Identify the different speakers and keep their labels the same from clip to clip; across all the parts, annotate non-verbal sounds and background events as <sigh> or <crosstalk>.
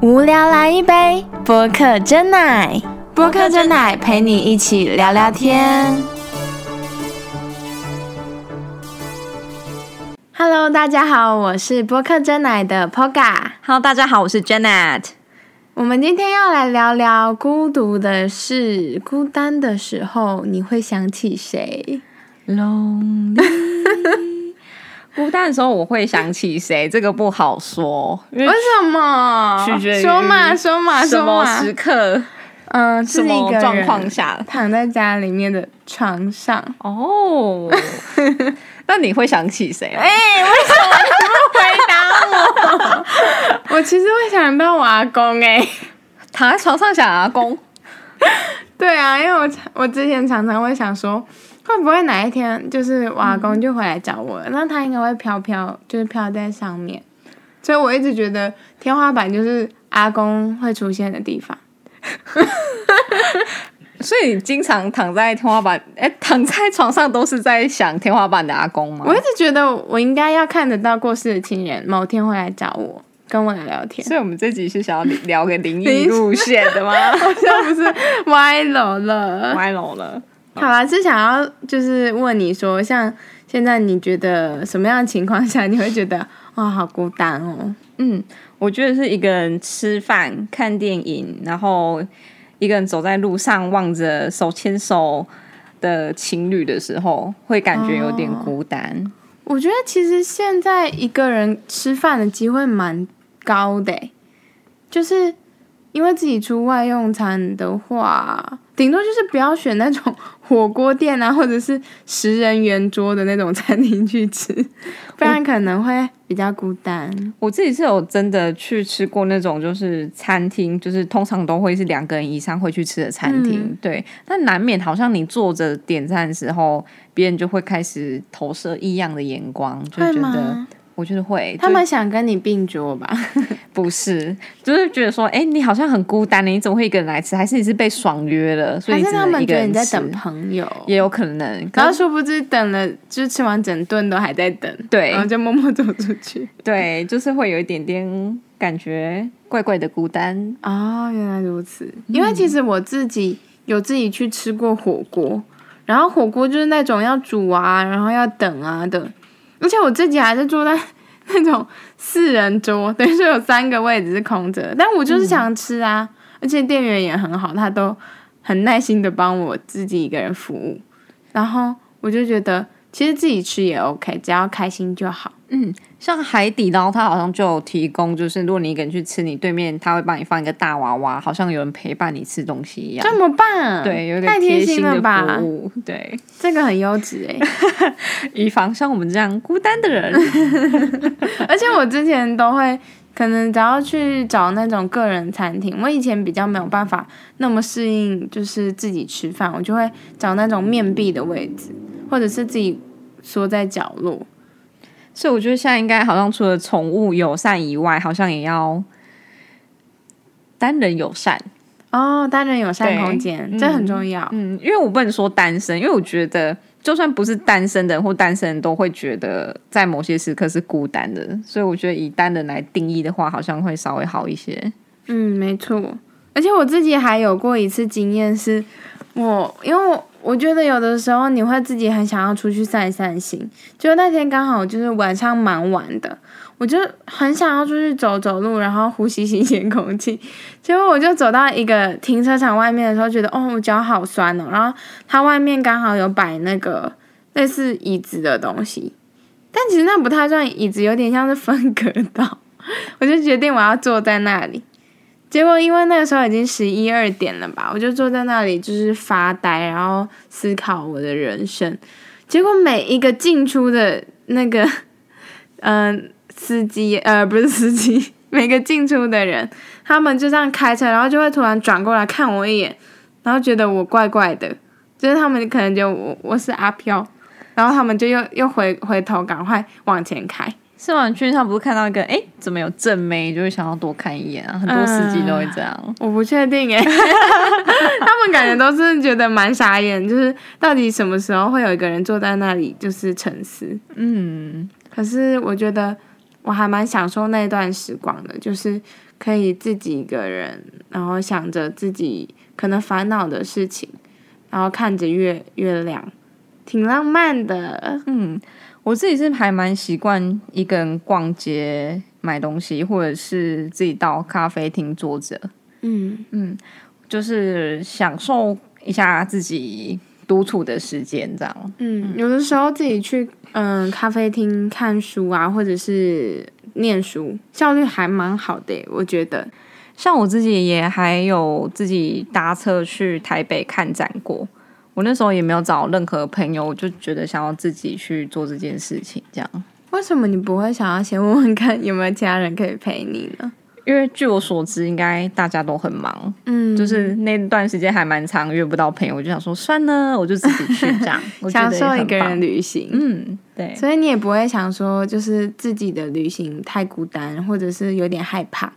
Speaker 1: 无聊来一杯播客真奶，播客真奶陪你一起聊聊天。Hello，大家好，我是播客真奶的 Poga。
Speaker 2: Hello，大家好，我是 Janet。
Speaker 1: 我们今天要来聊聊孤独的事，孤单的时候你会想起谁？
Speaker 2: Lonely，孤单的时候我会想起谁？这个不好说，因
Speaker 1: 为
Speaker 2: 为
Speaker 1: 什么？
Speaker 2: 嗯取决于
Speaker 1: 说嘛说嘛
Speaker 2: 什
Speaker 1: 说
Speaker 2: 么
Speaker 1: 嘛
Speaker 2: 时，刻、
Speaker 1: 嗯、
Speaker 2: 什
Speaker 1: 是一个
Speaker 2: 么
Speaker 1: 人
Speaker 2: 状况
Speaker 1: <laughs>
Speaker 2: 下。
Speaker 1: 躺在家里面的床上。
Speaker 2: 哦， <laughs> 那你会想起谁啊？
Speaker 1: 哎、为什么你不回答我？ <laughs> 我其实会想到我阿公 <laughs> 哎、
Speaker 2: 躺在床上想阿公，
Speaker 1: 对啊，因为我常我之前常常会想说，会不会哪一天就是我阿公就回来找我了，那他应该会飘飘，就是飘在上面。所以我一直觉得天花板就是阿公会出现的地方。
Speaker 2: 所以你经常躺在天花板，哎、躺在床上都是在想天花板的阿公吗
Speaker 1: 我？一直觉得我应该要看得到过世的亲人某天会来找我，跟我聊聊天。 <laughs>
Speaker 2: 所以我们这集是想要聊个灵异路线的吗？
Speaker 1: 我现在不是歪楼了。
Speaker 2: 歪楼了。
Speaker 1: 好啊，是想要就是问你说，像现在你觉得什么样的情况下你会觉得 <laughs> 哇、好孤单哦？
Speaker 2: 嗯，我觉得是一个人吃饭、看电影，然后一个人走在路上，望着手牵手的情侣的时候，会感觉有点孤单。
Speaker 1: 我觉得其实现在一个人吃饭的机会蛮高的欸，就是因为自己出外用餐的话，顶多就是不要选那种火锅店啊，或者是十人圆桌的那种餐厅去 <laughs> 吃，不然可能会比较孤单。
Speaker 2: 我自己是有真的去吃过那种，就是餐厅，就是通常都会是两个人以上会去吃的餐厅，
Speaker 1: 嗯
Speaker 2: 对。但难免好像你坐着点餐的时候，别人就会开始投射异样的眼光，就
Speaker 1: 会
Speaker 2: 觉得，
Speaker 1: 吗？
Speaker 2: 我觉得会，
Speaker 1: 他
Speaker 2: 就
Speaker 1: 们想跟你并桌吧？
Speaker 2: 不是，就是觉得说，哎、你好像很孤单，你怎么会一个人来吃？还是你是被爽约了，所以
Speaker 1: 还
Speaker 2: 你
Speaker 1: 是
Speaker 2: 只
Speaker 1: 他
Speaker 2: 能
Speaker 1: 们
Speaker 2: 一个
Speaker 1: 觉得你
Speaker 2: 人
Speaker 1: 在
Speaker 2: 吃
Speaker 1: 等朋友，
Speaker 2: 也有可能。
Speaker 1: 然
Speaker 2: 可
Speaker 1: 后
Speaker 2: 是
Speaker 1: 殊不知等了，就是吃完整顿都还在等，
Speaker 2: 对
Speaker 1: 然后就默默走出去。
Speaker 2: 对，就是会有一点点感觉怪怪的孤单。
Speaker 1: 哦，原来如此。
Speaker 2: 嗯
Speaker 1: 因为其实我自己有自己去吃过火锅，然后火锅就是那种要煮啊，然后要等啊的，而且我自己还是坐在 <laughs> 那种四人桌，等于说有三个位置是空着，但我
Speaker 2: 嗯
Speaker 1: 就是想吃啊，而且店员也很好，他都很耐心的帮我自己一个人服务，然后我就觉得其实自己吃也 OK，只要开心就好。
Speaker 2: 像海底捞，它好像就有提供，就是如果你一个人去吃，你对面他会帮你放一个大娃娃，好像有人陪伴你吃东西一样。
Speaker 1: 这么棒、啊，
Speaker 2: 对，有
Speaker 1: 太
Speaker 2: 点
Speaker 1: 贴
Speaker 2: 贴
Speaker 1: 心
Speaker 2: 的
Speaker 1: 了吧
Speaker 2: 服？务。对，
Speaker 1: 这个很优质哎、
Speaker 2: 以防像我们这样孤单的人。
Speaker 1: <laughs> 而且我之前都会，可能只要去找那种个人餐厅，我以前比较没有办法那么适应，就是自己吃饭，我就会找那种面壁的位置，或者是自己缩在角落。
Speaker 2: 所以我觉得现在应该好像除了宠物友善以外，好像也要单人友善。
Speaker 1: 哦，单人友善
Speaker 2: 对
Speaker 1: 空间，
Speaker 2: 嗯
Speaker 1: 这很重要。
Speaker 2: 嗯，因为我不能说单身，因为我觉得就算不是单身的人或单身人都会觉得在某些时刻是孤单的，所以我觉得以单人来定义的话，好像会稍微好一些。
Speaker 1: 嗯，没错。而且我自己还有过一次经验是，我因为我我觉得有的时候你会自己很想要出去散一散心，就那天刚好就是晚上蛮晚的，我就很想要出去走走路，然后呼吸新鲜空气。结果我就走到一个停车场外面的时候，觉得哦我脚好酸哦，然后它外面刚好有摆那个类似椅子的东西，但其实那不太算椅子，有点像是分隔岛。 <laughs> 我就决定我要坐在那里，结果因为那个时候已经十一二点了吧，我就坐在那里就是发呆，然后思考我的人生。结果每一个进出的那个， <laughs> 嗯、司机呃不是司机，每个进出的人，他们就这样开车，然后就会突然转过来看我一眼，然后觉得我怪怪的，就是他们可能觉得我我是阿飘，然后他们就又又回回头赶快往前开。
Speaker 2: 是吗？你去上不是看到一个哎、诶怎么有正妹，就会想要多看一眼啊？很多司机都会这样。
Speaker 1: 我不确定哎， <laughs> 他们感觉都是觉得蛮傻眼，就是到底什么时候会有一个人坐在那里就是沉思。
Speaker 2: 嗯，
Speaker 1: 可是我觉得我还蛮享受那段时光的，就是可以自己一个人，然后想着自己可能烦恼的事情，然后看着月月亮，挺浪漫的。
Speaker 2: 嗯我自己是还蛮习惯一个人逛街买东西，或者是自己到咖啡厅坐着，
Speaker 1: 嗯，
Speaker 2: 就是享受一下自己独处的时间，这样。
Speaker 1: 嗯，有的时候自己去嗯咖啡厅看书啊，或者是念书，效率还蛮好的耶，我觉得。
Speaker 2: 像我自己也还有自己搭车去台北看展过，我那时候也没有找任何朋友，我就觉得想要自己去做这件事情，这样。
Speaker 1: 为什么你不会想要先问问看有没有其他人可以陪你呢？
Speaker 2: 因为据我所知，应该大家都很忙，
Speaker 1: 嗯，
Speaker 2: 就是那段时间还蛮长，约不到朋友，我就想说算了，我就自己去
Speaker 1: <laughs>
Speaker 2: 这样，我觉
Speaker 1: 享
Speaker 2: 得也
Speaker 1: 受一
Speaker 2: 很
Speaker 1: 个
Speaker 2: 棒
Speaker 1: 人。旅行。
Speaker 2: 嗯，对，
Speaker 1: 所以你也不会想说，就是自己的旅行太孤单，或者是有点害怕。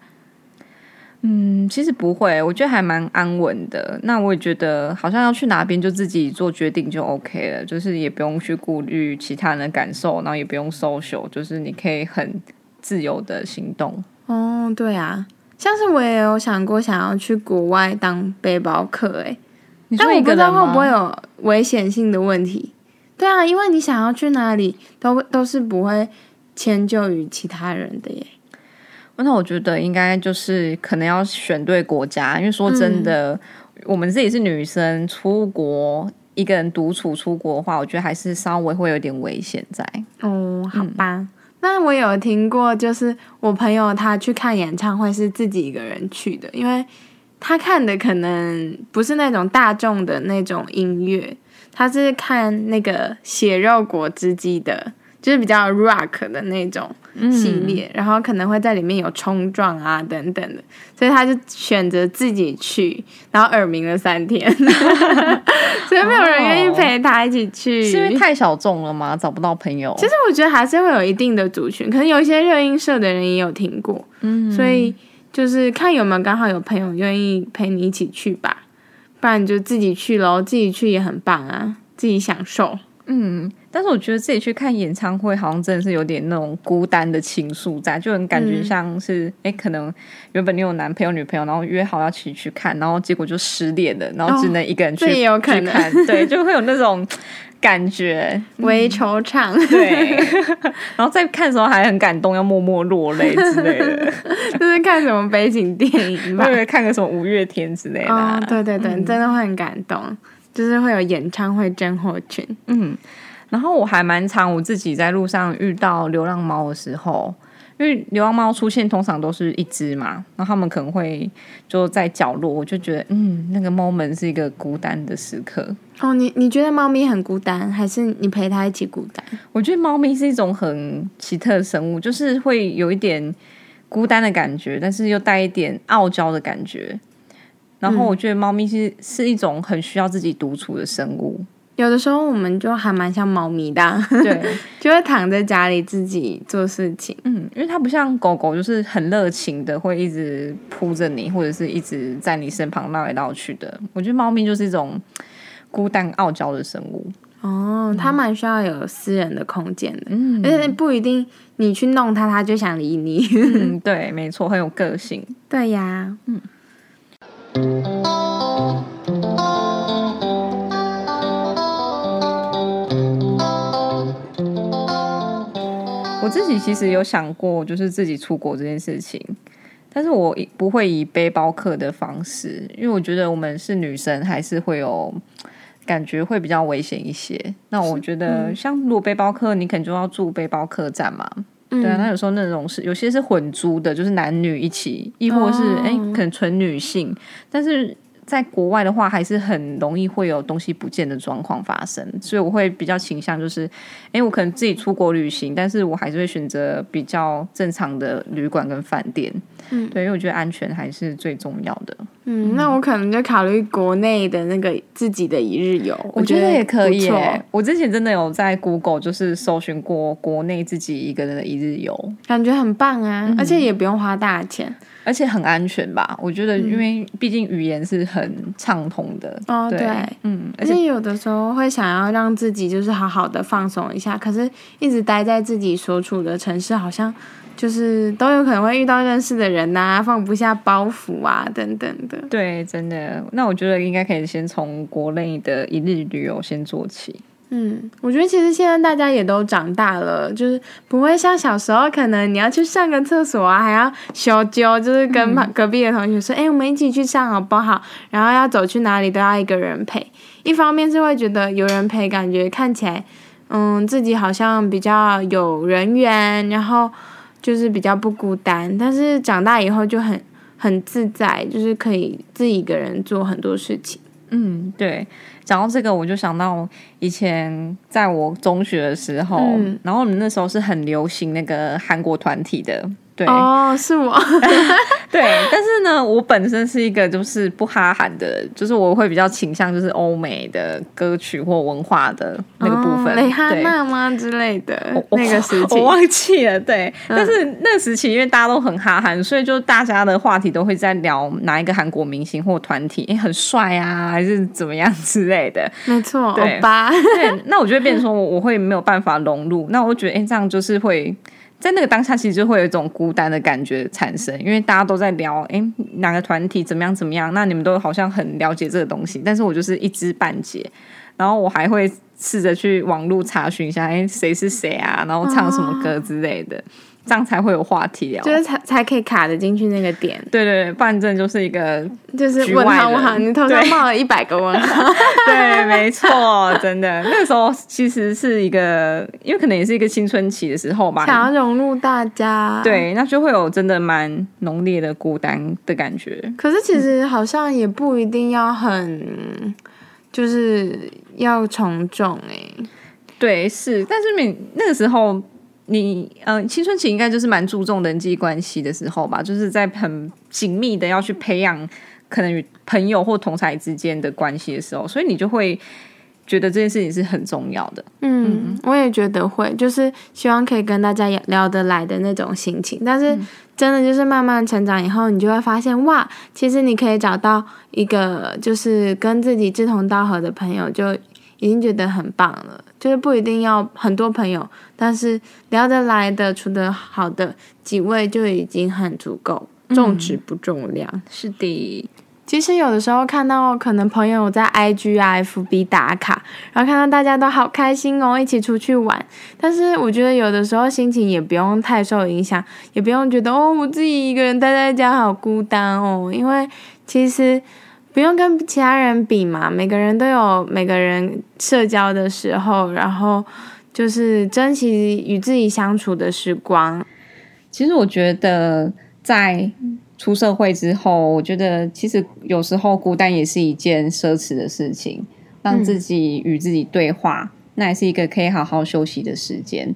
Speaker 2: 嗯，其实不会，我觉得还蛮安稳的。那我也觉得好像要去哪边就自己做决定就 OK 了，就是也不用去顾虑其他人的感受，然后也不用 social，就是你可以很自由的行动。
Speaker 1: 哦，对啊，像是我也有想过想要去国外当背包客、欸，
Speaker 2: 你
Speaker 1: 但
Speaker 2: 说
Speaker 1: 我
Speaker 2: 一
Speaker 1: 不
Speaker 2: 个
Speaker 1: 知
Speaker 2: 人
Speaker 1: 道会
Speaker 2: 吗？
Speaker 1: 不会有危险性的问题。对啊，因为你想要去哪里，都都是不会迁就于其他人的耶。
Speaker 2: 那我觉得应该就是可能要选对国家，因为说
Speaker 1: 嗯
Speaker 2: 真的，我们自己是女生，出国一个人独处出国的话，我觉得还是稍微会有点危险在。
Speaker 1: 哦，好
Speaker 2: 嗯
Speaker 1: 吧。那我有听过，就是我朋友他去看演唱会是自己一个人去的，因为他看的可能不是那种大众的那种音乐，他是看那个血肉果汁机的，就是比
Speaker 2: 嗯
Speaker 1: 较 rock 的那种系列，然后可能会在里面有冲撞啊等等的，所以他就选择自己去，然后耳鸣了三天， <laughs> 所以没有人愿意陪他一起去，
Speaker 2: 哦是因为太小众了吗？找不到朋友？
Speaker 1: 其实我觉得还是会有一定的族群，可能有一些热音社的人也有听过，嗯，所以就是看有没有刚好有朋友愿意陪你一起去吧，不然你就自己去喽，自己去也很棒啊，自己享受。
Speaker 2: 但是我觉得自己去看演唱会，好像真的是有点那种孤单的情愫在，就很感
Speaker 1: 嗯
Speaker 2: 觉像是哎、诶可能原本你有男朋友、女朋友，然后约好要一起去看，然后结果就失恋了，然后只能一个人去、
Speaker 1: 哦这也有可能
Speaker 2: 去看，对，就会有那种感觉，
Speaker 1: 为惆怅， <laughs>
Speaker 2: 对。然后在看的时候还很感动，要默默落泪之类
Speaker 1: <laughs>
Speaker 2: 的，
Speaker 1: 就是看什么北景电影吧。
Speaker 2: 对，看个什么五月天之类的啊、
Speaker 1: 哦，对对对，真的会很感动，就是会有演唱会真火群。
Speaker 2: 嗯然后我还蛮常我自己在路上遇到流浪猫的时候，因为流浪猫出现通常都是一只嘛，然后它们可能会就在角落，我就觉得嗯，那个猫们是一个孤单的时刻。
Speaker 1: 哦，你你觉得猫咪很孤单，还是你陪它一起孤单？
Speaker 2: 我觉得猫咪是一种很奇特的生物，就是会有一点孤单的感觉，但是又带一点傲娇的感觉。然后我觉得猫咪是是一种很需要自己独处的生物，
Speaker 1: 有的时候我们就还蛮像猫咪的啊、
Speaker 2: 对，
Speaker 1: 就会躺在家里自己做事情。
Speaker 2: 嗯，因为它不像狗狗，就是很热情的，会一直扑着你，或者是一直在你身旁绕来绕去的。我觉得猫咪就是一种孤单傲娇的生物。
Speaker 1: 哦，
Speaker 2: 嗯
Speaker 1: 它蛮需要有私人的空间的，嗯、而且不一定你去弄它，它就想理你。 <laughs>
Speaker 2: 嗯，对，没错，很有个性。
Speaker 1: 对呀，嗯。
Speaker 2: 我自己其实有想过，就是自己出国这件事情，但是我不会以背包客的方式，因为我觉得我们是女生，还是会有感觉会比较危险一些。那我觉得，像如果背包客，你可能就要住背包客栈嘛。对啊，那有时候那种是有些是混租的，就是男女一起，亦或是
Speaker 1: 哦
Speaker 2: 哎、可能纯女性，但是在国外的话，还是很容易会有东西不见的状况发生，所以我会比较倾向就是，哎、我可能自己出国旅行，但是我还是会选择比较正常的旅馆跟饭店，嗯，对，因为我觉得安全还是最重要的。
Speaker 1: 嗯，那我可能就考虑国内的那个自己的一日游，
Speaker 2: 我觉
Speaker 1: 得
Speaker 2: 得也可
Speaker 1: 不
Speaker 2: 以、
Speaker 1: 错
Speaker 2: 耶，我之前真的有在 Google 就是搜寻过国内自己一个人的一日游，
Speaker 1: 感觉很棒啊，
Speaker 2: 嗯
Speaker 1: 而且也不用花大钱。
Speaker 2: 而且很安全吧？我觉得，因为毕竟语言是很畅通的。
Speaker 1: 哦
Speaker 2: 对，
Speaker 1: 对
Speaker 2: 嗯，而
Speaker 1: 而
Speaker 2: 且
Speaker 1: 且有的时候会想要让自己就是好好的放松一下，可是一直待在自己所处的城市，好像就是都有可能会遇到认识的人呐、放不下包袱啊等等的。
Speaker 2: 对，真的。那我觉得应该可以先从国内的一日旅游先做起。
Speaker 1: 嗯，我觉得其实现在大家也都长大了，就是不会像小时候，可能你要去上个厕所啊，还要小揪，就是跟旁隔壁的同学说，哎、我们一起去上好不好？然后要走去哪里都要一个人陪。一方面是会觉得有人陪，感觉看起来，嗯，自己好像比较有人缘，然后就是比较不孤单。但是长大以后就很很自在，就是可以自己一个人做很多事情。
Speaker 2: 嗯，对。讲到这个，我就想到以前在我中学的时候，
Speaker 1: 嗯
Speaker 2: 然后我们那时候是很流行那个韩国团体的，对、
Speaker 1: 哦，是我， <laughs>
Speaker 2: 对。但是呢，我本身是一个就是不哈韩的，就是我会比较倾向就是欧美的歌曲或文化的那个部分，
Speaker 1: 哦蕾哈
Speaker 2: 对
Speaker 1: 娜吗之类的
Speaker 2: 我
Speaker 1: 那个时期嗯
Speaker 2: 我，忘记了，对。但是那时期因为大家都很哈韩，所以就大家的话题都会在聊哪一个韩国明星或团体，诶很帅啊，还是怎么样之类的。
Speaker 1: 没错，
Speaker 2: 对
Speaker 1: 欧巴，
Speaker 2: <laughs> 对，那我就会变成说我我会没有办法融入，那我就觉得，哎、这样就是会。在那个当下，其实就会有一种孤单的感觉产生，因为大家都在聊，哎、哪个团体怎么样怎么样，那你们都好像很了解这个东西，但是我就是一知半解，然后我还会试着去网络查询一下，哎、谁是谁啊，然后唱什么歌之类的，这样才会有话题聊。
Speaker 1: 就
Speaker 2: 对
Speaker 1: 是才才可以卡得进去那个点，
Speaker 2: 对对，不然真的就是一个
Speaker 1: 就是
Speaker 2: 局
Speaker 1: 问
Speaker 2: 外
Speaker 1: 号
Speaker 2: 人
Speaker 1: 问号，你头上
Speaker 2: 对
Speaker 1: 冒了一百个问号，
Speaker 2: 对，没错，真的，那时候其实是一个，因为可能也是一个青春期的时候吧。
Speaker 1: <laughs> 想要融入大家，。
Speaker 2: 对，那就会有真的蛮浓烈的孤单的感觉。
Speaker 1: 可是其实好像也不一定要很，就是要从众欸诶、
Speaker 2: 对，是，但是你那个时候，你呃，青春期应该就是蛮注重人际关系的时候吧，就是在很紧密的要去培养可能与朋友或同才之间的关系的时候，所以你就会觉得这件事情是很重要的。
Speaker 1: 嗯，我也觉得会，就是希望可以跟大家也聊得来的那种心情。但是真的就是慢慢成长以后，你就会发现，哇，其实你可以找到一个就是跟自己志同道合的朋友，就已经觉得很棒了。就是不一定要很多朋友，但是聊得来的、处得好的几位就已经很足够，重质不重量。
Speaker 2: 是的，
Speaker 1: 其实有的时候看到可能朋友在 IG 啊、FB 打卡，然后看到大家都好开心哦，一起出去玩。但是我觉得有的时候心情也不用太受影响，也不用觉得哦，我自己一个人待在家好孤单哦，因为其实不用跟其他人比嘛，每个人都有每个人社交的时候，然后就是珍惜与自己相处的时光。
Speaker 2: 其实我觉得在出社会之后，我觉得其实有时候孤单也是一件奢侈的事情，让自己与自己对话，那也是一个可以好好休息的时间。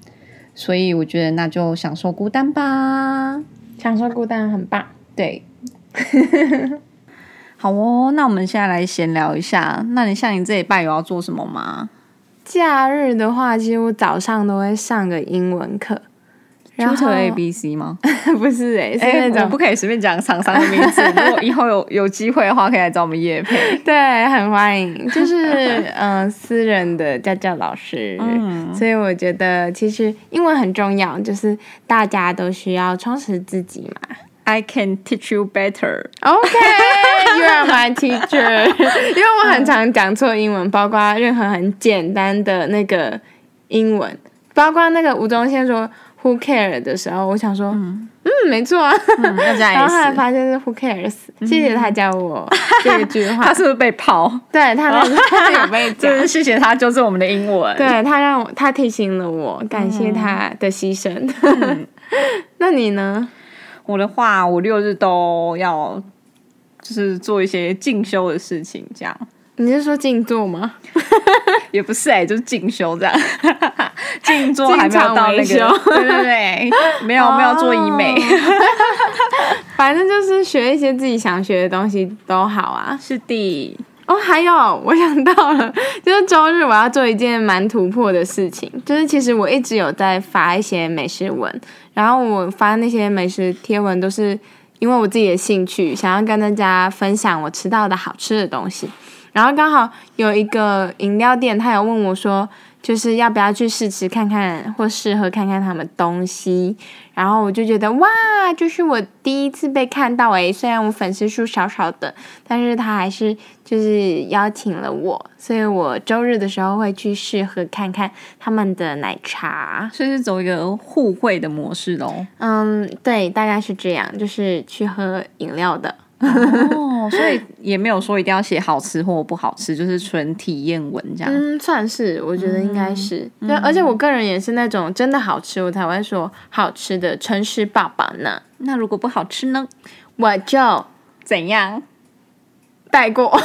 Speaker 2: 所以我觉得那就享受孤单吧。
Speaker 1: 享受孤单很棒。
Speaker 2: 对，好哦。那我们现在来闲聊一下。那你像你这礼拜有要做什么吗？
Speaker 1: 假日的话，几乎早上都会上个英文课，然后
Speaker 2: Tutor A B C 吗？
Speaker 1: <laughs> 不是诶、是
Speaker 2: 哎、
Speaker 1: 那
Speaker 2: 我
Speaker 1: 种、
Speaker 2: 不可以随便讲厂商的名字。如果以后有有机会的话，可以来找我们叶配。
Speaker 1: <laughs> 对，很欢
Speaker 2: <laughs>
Speaker 1: 迎，就是嗯、呃私人的家教老师，
Speaker 2: 嗯
Speaker 1: 所以我觉得其实英文很重要，就是大家都需要充实自己嘛。
Speaker 2: I can teach you better。
Speaker 1: <laughs> OK，you、are my teacher，因 <laughs> 为我很常讲错英文，包括任何很简单的那个英文，包括那个吴宗宪说 Who care 的时候，我想说，嗯，没错啊。
Speaker 2: 要加
Speaker 1: 然后后来
Speaker 2: S。
Speaker 1: 发现是 Who cares，谢谢他教我这一
Speaker 2: <laughs>
Speaker 1: 句话
Speaker 2: 他，是不是被泡？
Speaker 1: 对他那个他有被
Speaker 2: <laughs>
Speaker 1: 讲
Speaker 2: 真，是谢谢他纠正我们的英文。，
Speaker 1: 对他让我他提醒了我，感谢他的牺牲。 <laughs> 那你呢？
Speaker 2: 我的话，我六日都要就是做一些进修的事情，这样
Speaker 1: 你是说静坐吗？
Speaker 2: 也不是哎、就是进修这样。 <laughs> 静坐还没
Speaker 1: 进
Speaker 2: 有
Speaker 1: 场
Speaker 2: 到那
Speaker 1: 维
Speaker 2: 个，
Speaker 1: 修
Speaker 2: 对对对，没有没有做医美。
Speaker 1: 反正就是学一些自己想学的东西都好啊。
Speaker 2: 是的，
Speaker 1: 哦，还有我想到了， <laughs> 就是周日我要做一件蛮突破的事情，就是其实我一直有在发一些美食文，然后我发那些美食贴文都是因为我自己的兴趣，想要跟大家分享我吃到的好吃的东西。然后刚好有一个饮料店，他有问我说，就是要不要去试吃看看或试喝看看他们东西。然后我就觉得哇，就是我第一次被看到诶，虽然我粉丝数少少的，但是他还是就是邀请了我，所以我周日的时候会去试喝看看他们的奶茶。
Speaker 2: 所以是走一个互惠的模式喽。
Speaker 1: 嗯，对，大概是这样，就是去喝饮料的。
Speaker 2: 哦，所以也没有说一定要写好吃或不好吃，就是纯体验文这样。
Speaker 1: 嗯，算是，我觉得应该是。对，而且我个人也是那种真的好吃，我才会说好吃的。诚实爸爸呢，
Speaker 2: 那如果不好吃呢？
Speaker 1: 我就
Speaker 2: 怎样
Speaker 1: 带 <laughs> 过，我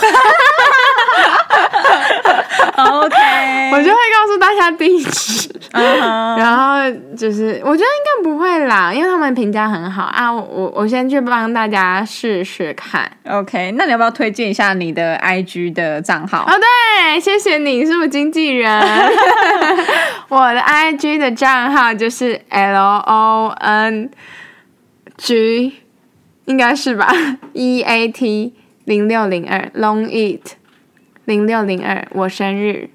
Speaker 2: ？OK， <laughs>
Speaker 1: 就会告诉大家地 <laughs> 址，
Speaker 2: 嗯哼
Speaker 1: 然后就是我觉得应该不会啦，因为他们评价很好啊。我我我先去帮大家试试看。
Speaker 2: OK，那你要不要推荐一下你的 IG 的账号？
Speaker 1: 哦，对，谢谢你是我经纪 <laughs> 人。我的 IG 的账号就是 L O N G，应该是吧？E <laughs> A T 零六零二 Long Eat 零六零二，我生日。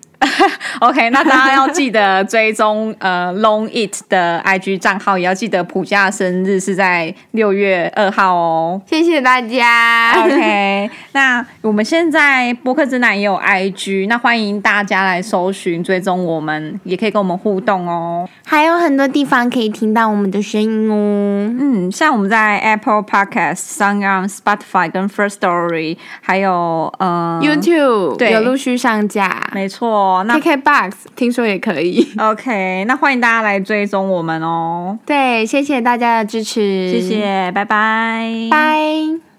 Speaker 2: OK，那大家要记得追踪 <laughs> 呃 Long It 的 IG 账号，也要记得普加的生日是在六月二号哦。
Speaker 1: 谢谢大家。
Speaker 2: OK，那我们现在播客之南也有 IG，那欢迎大家来搜寻追踪我们，也可以跟我们互动哦。
Speaker 1: 还有很多地方可以听到我们的声音哦。
Speaker 2: 嗯，像我们在 Apple Podcast、s o u n d o n Spotify 跟 First Story，还有呃
Speaker 1: YouTube
Speaker 2: 对
Speaker 1: 有陆续上架
Speaker 2: 没错，那
Speaker 1: ，KKBox 听说也可以。
Speaker 2: OK，那欢迎大家来追踪我们哦，
Speaker 1: 对，谢谢大家的支持，
Speaker 2: 谢，谢，拜拜，
Speaker 1: 拜。